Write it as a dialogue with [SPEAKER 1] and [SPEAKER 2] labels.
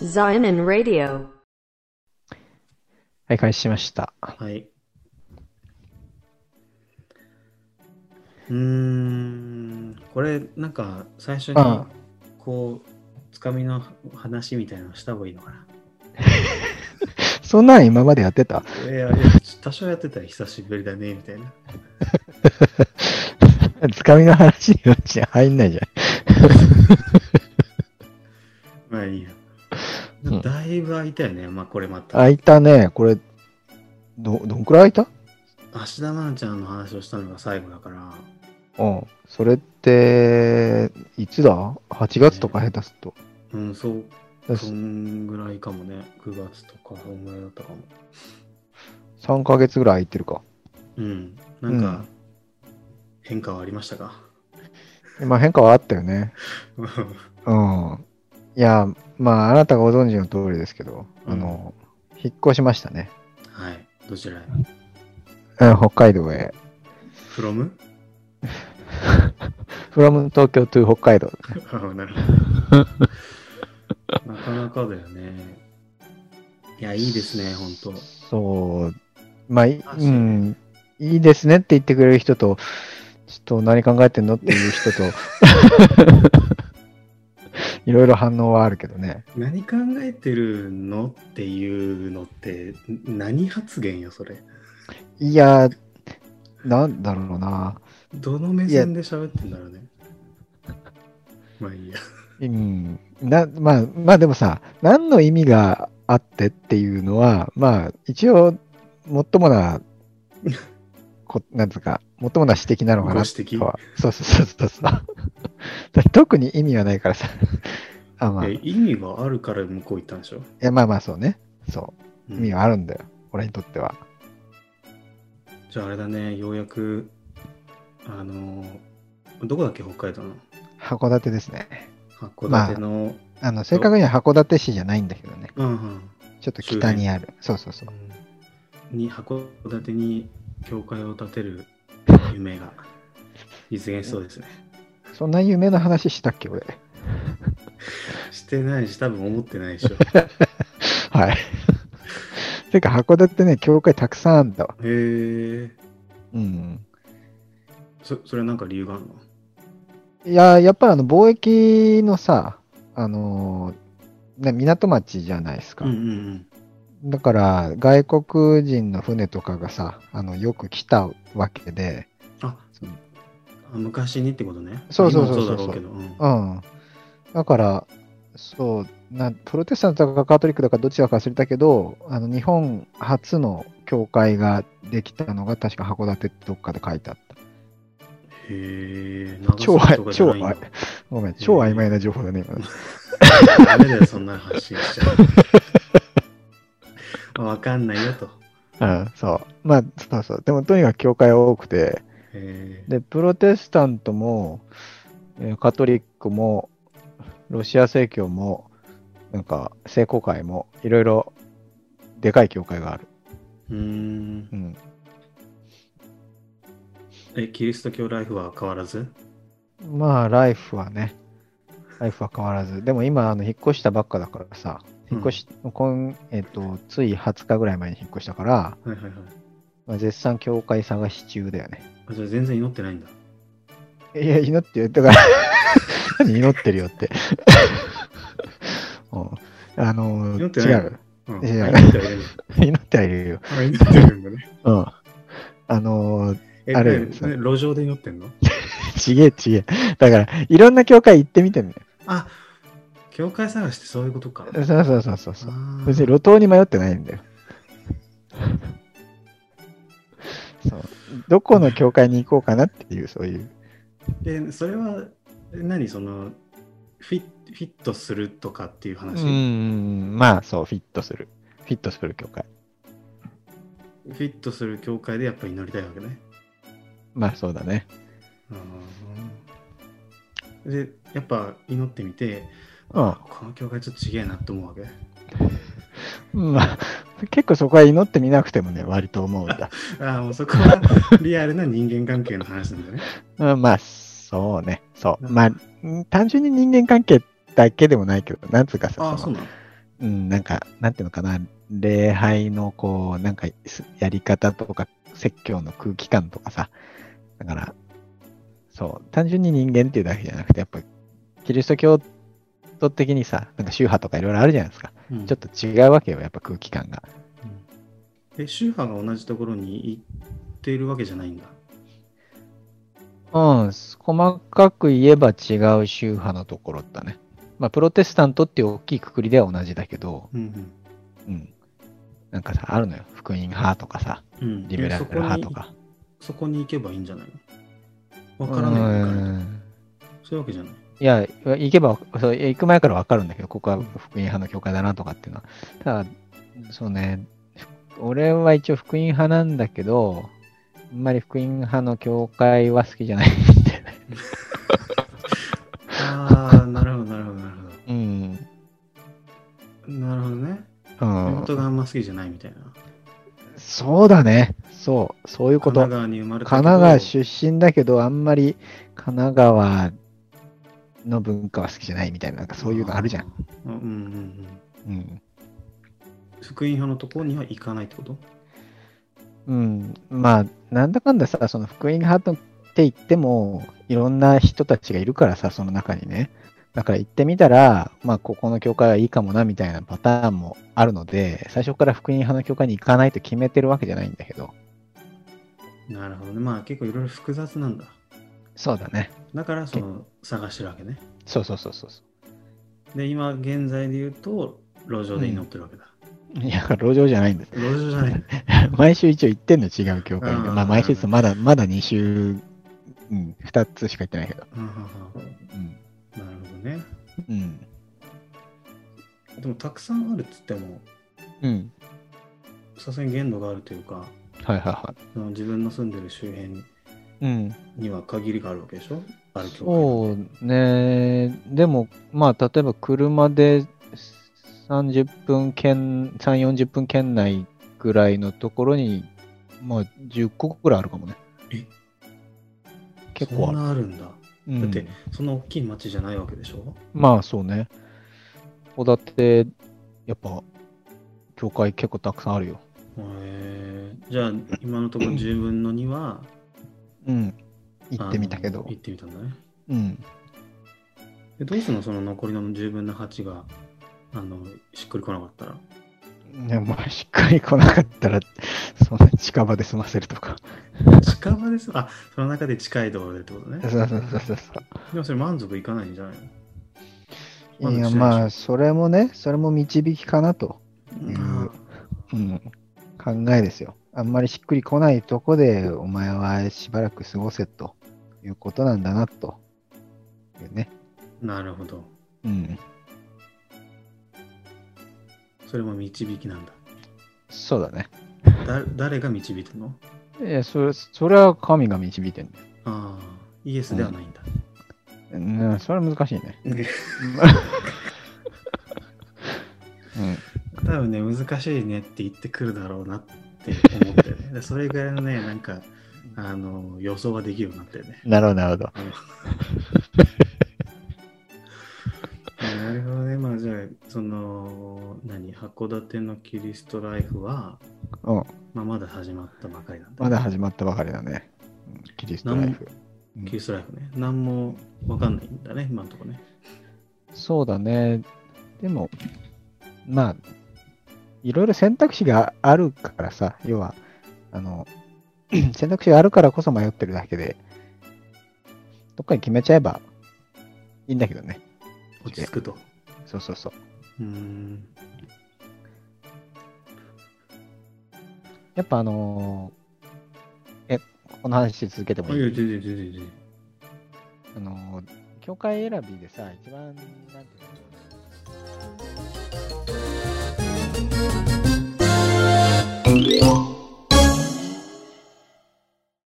[SPEAKER 1] Kainan Radio.
[SPEAKER 2] はい、開始しました。
[SPEAKER 3] はい。うーん、これなんか最初
[SPEAKER 2] う
[SPEAKER 3] に
[SPEAKER 2] ん
[SPEAKER 3] こう、つかみの話みたいなのした方がいいの かな。
[SPEAKER 2] そんなん今までやってた
[SPEAKER 3] いやいや、多少やってたら久しぶりだね、みたいな。
[SPEAKER 2] つかみの話にうち入んないじゃん。
[SPEAKER 3] まあいいや
[SPEAKER 2] うん。
[SPEAKER 3] だいぶ空いたよね、まあこれまた。
[SPEAKER 2] 空いたね。これ、ど、どんくらい空い
[SPEAKER 3] 芦田愛菜ちゃんの話をしたのが最後だから、
[SPEAKER 2] たうん。それって、いつだ ?8 月とか下手すっと。
[SPEAKER 3] うん、そう、
[SPEAKER 2] だ
[SPEAKER 3] そんぐらいかもね。9月とか、そんぐらいだったかも。
[SPEAKER 2] 3ヶ月ぐらい空いてるか。
[SPEAKER 3] うん、なんか、
[SPEAKER 2] うん
[SPEAKER 3] 変化はありましたか
[SPEAKER 2] まあ変化はあったよね。
[SPEAKER 3] う
[SPEAKER 2] うん。いや、まああなたがご存知の通りですけど、
[SPEAKER 3] うん
[SPEAKER 2] あの、引っ越しましたね。
[SPEAKER 3] んはい、どちらへ
[SPEAKER 2] うん、北海道へ。
[SPEAKER 3] ?from?
[SPEAKER 2] from 東京 to 北海道。
[SPEAKER 3] ああなるほ ど。なかなかだよね。いや、いいですね、ほんと。
[SPEAKER 2] そう、まあ、い
[SPEAKER 3] あ
[SPEAKER 2] う、
[SPEAKER 3] そうん
[SPEAKER 2] いいですねって言ってくれる人と、ちょっと何考えてんのっていう人と、 いろいろ反応はあるけどね。
[SPEAKER 3] 何考えてるのっていうのって、ん何発言よ、それ。
[SPEAKER 2] いや、なんだろうな。
[SPEAKER 3] どの目線で喋ってんだろう ね。まあいいや。
[SPEAKER 2] うん。なまあ、まあでもさ、何の意味があってっていうのは、まあ、一応、もっともな、こなんつうか、もっともな指摘なの
[SPEAKER 3] ご
[SPEAKER 2] か
[SPEAKER 3] 指
[SPEAKER 2] な
[SPEAKER 3] 摘
[SPEAKER 2] とはそうそうそう そうそう。だ特に意味はないからさ。 あまあ、
[SPEAKER 3] い
[SPEAKER 2] い
[SPEAKER 3] や意味があるから向こう行ったんでしょ。
[SPEAKER 2] やまあまあそうね。そう。
[SPEAKER 3] う
[SPEAKER 2] 意
[SPEAKER 3] ん
[SPEAKER 2] 味はあるんだよ。俺にとっては。
[SPEAKER 3] じゃああれだね、ようやく、あのーどこだっけ、北海道の
[SPEAKER 2] 函館ですね。
[SPEAKER 3] 函館の、
[SPEAKER 2] あの、正確には函館市じゃないんだけどね。
[SPEAKER 3] うんうん
[SPEAKER 2] ちょっと北にある。そうそうそう。
[SPEAKER 3] うんに函館に教会を建て る夢が実現しそうですね。
[SPEAKER 2] そんな有名な話したっけ、俺。
[SPEAKER 3] してないし、多分思ってないでし ょ。へ
[SPEAKER 2] はい。 てか、函館ね、教会たくさんあんだわ。
[SPEAKER 3] え。
[SPEAKER 2] うん。
[SPEAKER 3] そそれはなんか理由があるの
[SPEAKER 2] いや、やっぱりあの、貿易のさ、あのーね、港町じゃないですか。
[SPEAKER 3] うんうん
[SPEAKER 2] だから、外国人の船とかがさ、あの、よく来たわけで、
[SPEAKER 3] ああ昔にってことね。
[SPEAKER 2] そうそうそうそう
[SPEAKER 3] 今もだろうけど。うん
[SPEAKER 2] うん。だから、そう、なプロテスタントかカトリックだかどちらか忘れたけど、あの日本初の教会ができたのが確か函館ってどっかで書いてあった。
[SPEAKER 3] へえ。
[SPEAKER 2] 超
[SPEAKER 3] 長崎とかじゃないんだ
[SPEAKER 2] 超ごめん、超曖昧な情報だね、今ね。
[SPEAKER 3] ダメだよ、そんな発信しち ゃ。わかんないよと。
[SPEAKER 2] うん、そう。まあ、そうそう。でも、とにかく教会は多くて、
[SPEAKER 3] へー
[SPEAKER 2] で、プロテスタントも、えーカトリックも、ロシア正教も、なんか、聖公会も、いろいろ、でかい教会がある。
[SPEAKER 3] うーん
[SPEAKER 2] うん。
[SPEAKER 3] え、キリスト教ライフは変わらず
[SPEAKER 2] まあ、ライフはね、ライフは変わらず。でも今、あの引っ越したばっかだからさ、引っ越し、今えっと、つい20日ぐらい前に引っ越したから、
[SPEAKER 3] はいはいはい。
[SPEAKER 2] まあ、絶賛教会探し中だよね。
[SPEAKER 3] あじゃあ全然祈ってないんだ。
[SPEAKER 2] いや、祈ってよ。だ から、何祈ってるよって。 うんあの、
[SPEAKER 3] 祈ってない
[SPEAKER 2] 違
[SPEAKER 3] の
[SPEAKER 2] う。
[SPEAKER 3] うん、
[SPEAKER 2] いや
[SPEAKER 3] あ祈ってはいるんだ
[SPEAKER 2] 祈ってはいるよ。
[SPEAKER 3] あ祈ってるん だね。
[SPEAKER 2] うん。あのー、
[SPEAKER 3] え、
[SPEAKER 2] あ
[SPEAKER 3] あ
[SPEAKER 2] れ
[SPEAKER 3] れ、ね路上で祈ってんの
[SPEAKER 2] ちげえちげえ。だから、いろんな教会行ってみてんのよ。
[SPEAKER 3] あ教会探しってそういうことか。
[SPEAKER 2] そうそうそうそうそう。
[SPEAKER 3] あー
[SPEAKER 2] 別に路頭に迷ってないんだよ。そうどこの教会に行こうかなっていう、そういう。
[SPEAKER 3] え、それは、え何その、フィッフィットするとかっていう
[SPEAKER 2] う
[SPEAKER 3] 話、
[SPEAKER 2] ん、まあそう、フィットする。フィットする教会。
[SPEAKER 3] フィットする教会でやっぱり祈りたいわけね。
[SPEAKER 2] まあそうだね。
[SPEAKER 3] うんで、やっぱ祈ってみて、
[SPEAKER 2] うん。
[SPEAKER 3] この教会ちょっと違えなと思うわけ。
[SPEAKER 2] まあ、結構そこは祈ってみなくてもね、割と思うんだ。
[SPEAKER 3] ああ、もうそこはリアルな人間関係の話なんだね。
[SPEAKER 2] うん、まあ、そうね。そう。
[SPEAKER 3] うん
[SPEAKER 2] まあ、うん単純に人間関係だけでもないけど、なんつうかさ、
[SPEAKER 3] あ あ、
[SPEAKER 2] そ
[SPEAKER 3] そう
[SPEAKER 2] の
[SPEAKER 3] なの。
[SPEAKER 2] うん、なんか、なんていうのかな、礼拝のこう、なんか、すやり方とか、説教の空気感とかさ、だから、そう、単純に人間っていうだけじゃなくて、やっぱ、キリスト教徒的にさ、なんか宗派とかいろいろあるじゃないですか。
[SPEAKER 3] うん
[SPEAKER 2] ちょっと違うわけよ、やっぱ空気感が。
[SPEAKER 3] え、宗派が同じところに行っているわけじゃないんだ。
[SPEAKER 2] うん、細かく言えば違う宗派のところだね。まあ、プロテスタントっていう大きいくくりでは同じだけど、
[SPEAKER 3] うん
[SPEAKER 2] うん。なんかさ、あるのよ。福音派とかさ、
[SPEAKER 3] うん。うん、
[SPEAKER 2] リベラル
[SPEAKER 3] えそこに
[SPEAKER 2] 派とか。
[SPEAKER 3] そこに行けばいいんじゃないのわからないから
[SPEAKER 2] う
[SPEAKER 3] ない。
[SPEAKER 2] ん
[SPEAKER 3] そういうわけじゃない。
[SPEAKER 2] いや、行けば、そう行く前から分かるんだけど、ここは
[SPEAKER 3] うん
[SPEAKER 2] 福音派の教会だなとかっていうのは。ただ、そうね、ふ俺は一応福音派なんだけど、あんまり福音派の教会は好きじゃないみたいな。
[SPEAKER 3] ああ、なるほど、なるほど、なるほ
[SPEAKER 2] うん。
[SPEAKER 3] ど。なるほどね。
[SPEAKER 2] うん
[SPEAKER 3] 本、当があんま好きじゃないみたいな。神
[SPEAKER 2] そうだね。そう、そういうこと。
[SPEAKER 3] 奈川に生まれたけ
[SPEAKER 2] 神
[SPEAKER 3] ど
[SPEAKER 2] 奈川出身だけど、あんまり神奈川の文化は好きじゃないみたいな、なんかそういうのあるじゃん。。
[SPEAKER 3] あーうんうんうん。
[SPEAKER 2] うん。
[SPEAKER 3] 福音派のところには行かないってこと
[SPEAKER 2] うん、まあ、なんだかんださ、その福音派とって言っても、いろんな人たちがいるからさ、その中にね。だから行ってみたら、まあ、ここの教会はいいかもな、みたいなパターンもあるので、最初から福音派の教会に行かないと決めてるわけじゃないんだけど。
[SPEAKER 3] なるほどね。まあ結構いろいろ複雑なんだ。
[SPEAKER 2] そうだね。
[SPEAKER 3] だからその探してるわけね。
[SPEAKER 2] そうそうそうそうそ
[SPEAKER 3] で、今現在で言うと、路上で祈ってるわけだ。
[SPEAKER 2] う。いや、路上じゃないんです。
[SPEAKER 3] 路上じゃない。
[SPEAKER 2] 毎週一応行ってんの、違う教会に。
[SPEAKER 3] うん
[SPEAKER 2] まあ、毎週っつってもまだ、まだ2週、うん、2つしか行ってないけど。
[SPEAKER 3] うんう
[SPEAKER 2] う
[SPEAKER 3] ん
[SPEAKER 2] ん。
[SPEAKER 3] うんなるほどね。
[SPEAKER 2] うん。
[SPEAKER 3] でもたくさんあるっつっても、
[SPEAKER 2] うん。
[SPEAKER 3] さすがに限度があるというか、
[SPEAKER 2] はいはいは
[SPEAKER 3] その自分の住んでる周辺
[SPEAKER 2] い。うん。
[SPEAKER 3] には限りがあるわけでしょある教会
[SPEAKER 2] そうね、でも、まあ、例えば車で30分圏、3、40分圏内ぐらいのところに、まあ、10個ぐらいあるかもね。
[SPEAKER 3] え
[SPEAKER 2] 結構あ
[SPEAKER 3] そん
[SPEAKER 2] る。
[SPEAKER 3] なあるんだ。
[SPEAKER 2] うん
[SPEAKER 3] だって、そんな大きい町じゃないわけでしょ
[SPEAKER 2] まあ、そうね。小田って、やっぱ、教会結構たくさんあるよ。
[SPEAKER 3] へーじゃあ、今のと ころ10分の2は。
[SPEAKER 2] うん。行ってみたけ
[SPEAKER 3] あ
[SPEAKER 2] ど
[SPEAKER 3] の。行ってみたんだね。
[SPEAKER 2] うん。
[SPEAKER 3] でどうすんのその残りの10分の8が、あの、しっくりこなかったら。
[SPEAKER 2] ね、まあ、しっかり来なかったら、そんな近場で済ませるとか。
[SPEAKER 3] 近場です。あ、その中で近い道路でってことね
[SPEAKER 2] そう。そうそうそうそう。
[SPEAKER 3] でもそれ満足いかないんじゃないの
[SPEAKER 2] いや、まあ、それもね、それも導きかなと、
[SPEAKER 3] うん
[SPEAKER 2] うんうん、考えですよ。あんまりしっくりこないとこで、お前はしばらく過ごせということなんだなと。いうね。
[SPEAKER 3] なるほど。
[SPEAKER 2] うん。
[SPEAKER 3] それも導きなんだ。
[SPEAKER 2] そうだね。
[SPEAKER 3] だ誰が導いてんの
[SPEAKER 2] いや、それ、それは神が導いてるんだよ。
[SPEAKER 3] ああ、イエスではないんだ。
[SPEAKER 2] うん、それは難しいね。うん。
[SPEAKER 3] 多分ね、難しいねって言ってくるだろうなって思ってね。でそれぐらいのね、なんか、あの、予想ができるようになってね。
[SPEAKER 2] なるほど、なるほど。
[SPEAKER 3] なるほどね。まあじゃあ、その、何、函館のキリストライフは、
[SPEAKER 2] うん。
[SPEAKER 3] まあ、まだ始まったばかりなんだ。
[SPEAKER 2] まだ始まったばかりだね。うんキリストライフ。
[SPEAKER 3] キリストライフね。何もわかんないんだね、今のとこね。
[SPEAKER 2] そうだね。でも、まあ、いろいろ選択肢があるからさ、要は、あの、 選択肢があるからこそ迷ってるだけで、どっかに決めちゃえばいいんだけどね。
[SPEAKER 3] 落ち着くと。
[SPEAKER 2] そうそうそう。
[SPEAKER 3] うーん。
[SPEAKER 2] やっぱあのーえ、この話続けて
[SPEAKER 3] あ
[SPEAKER 2] も
[SPEAKER 3] い
[SPEAKER 2] い
[SPEAKER 3] や、
[SPEAKER 2] い
[SPEAKER 3] 全然全然全然。
[SPEAKER 2] あのー教会選びでさ、一番、なんていうの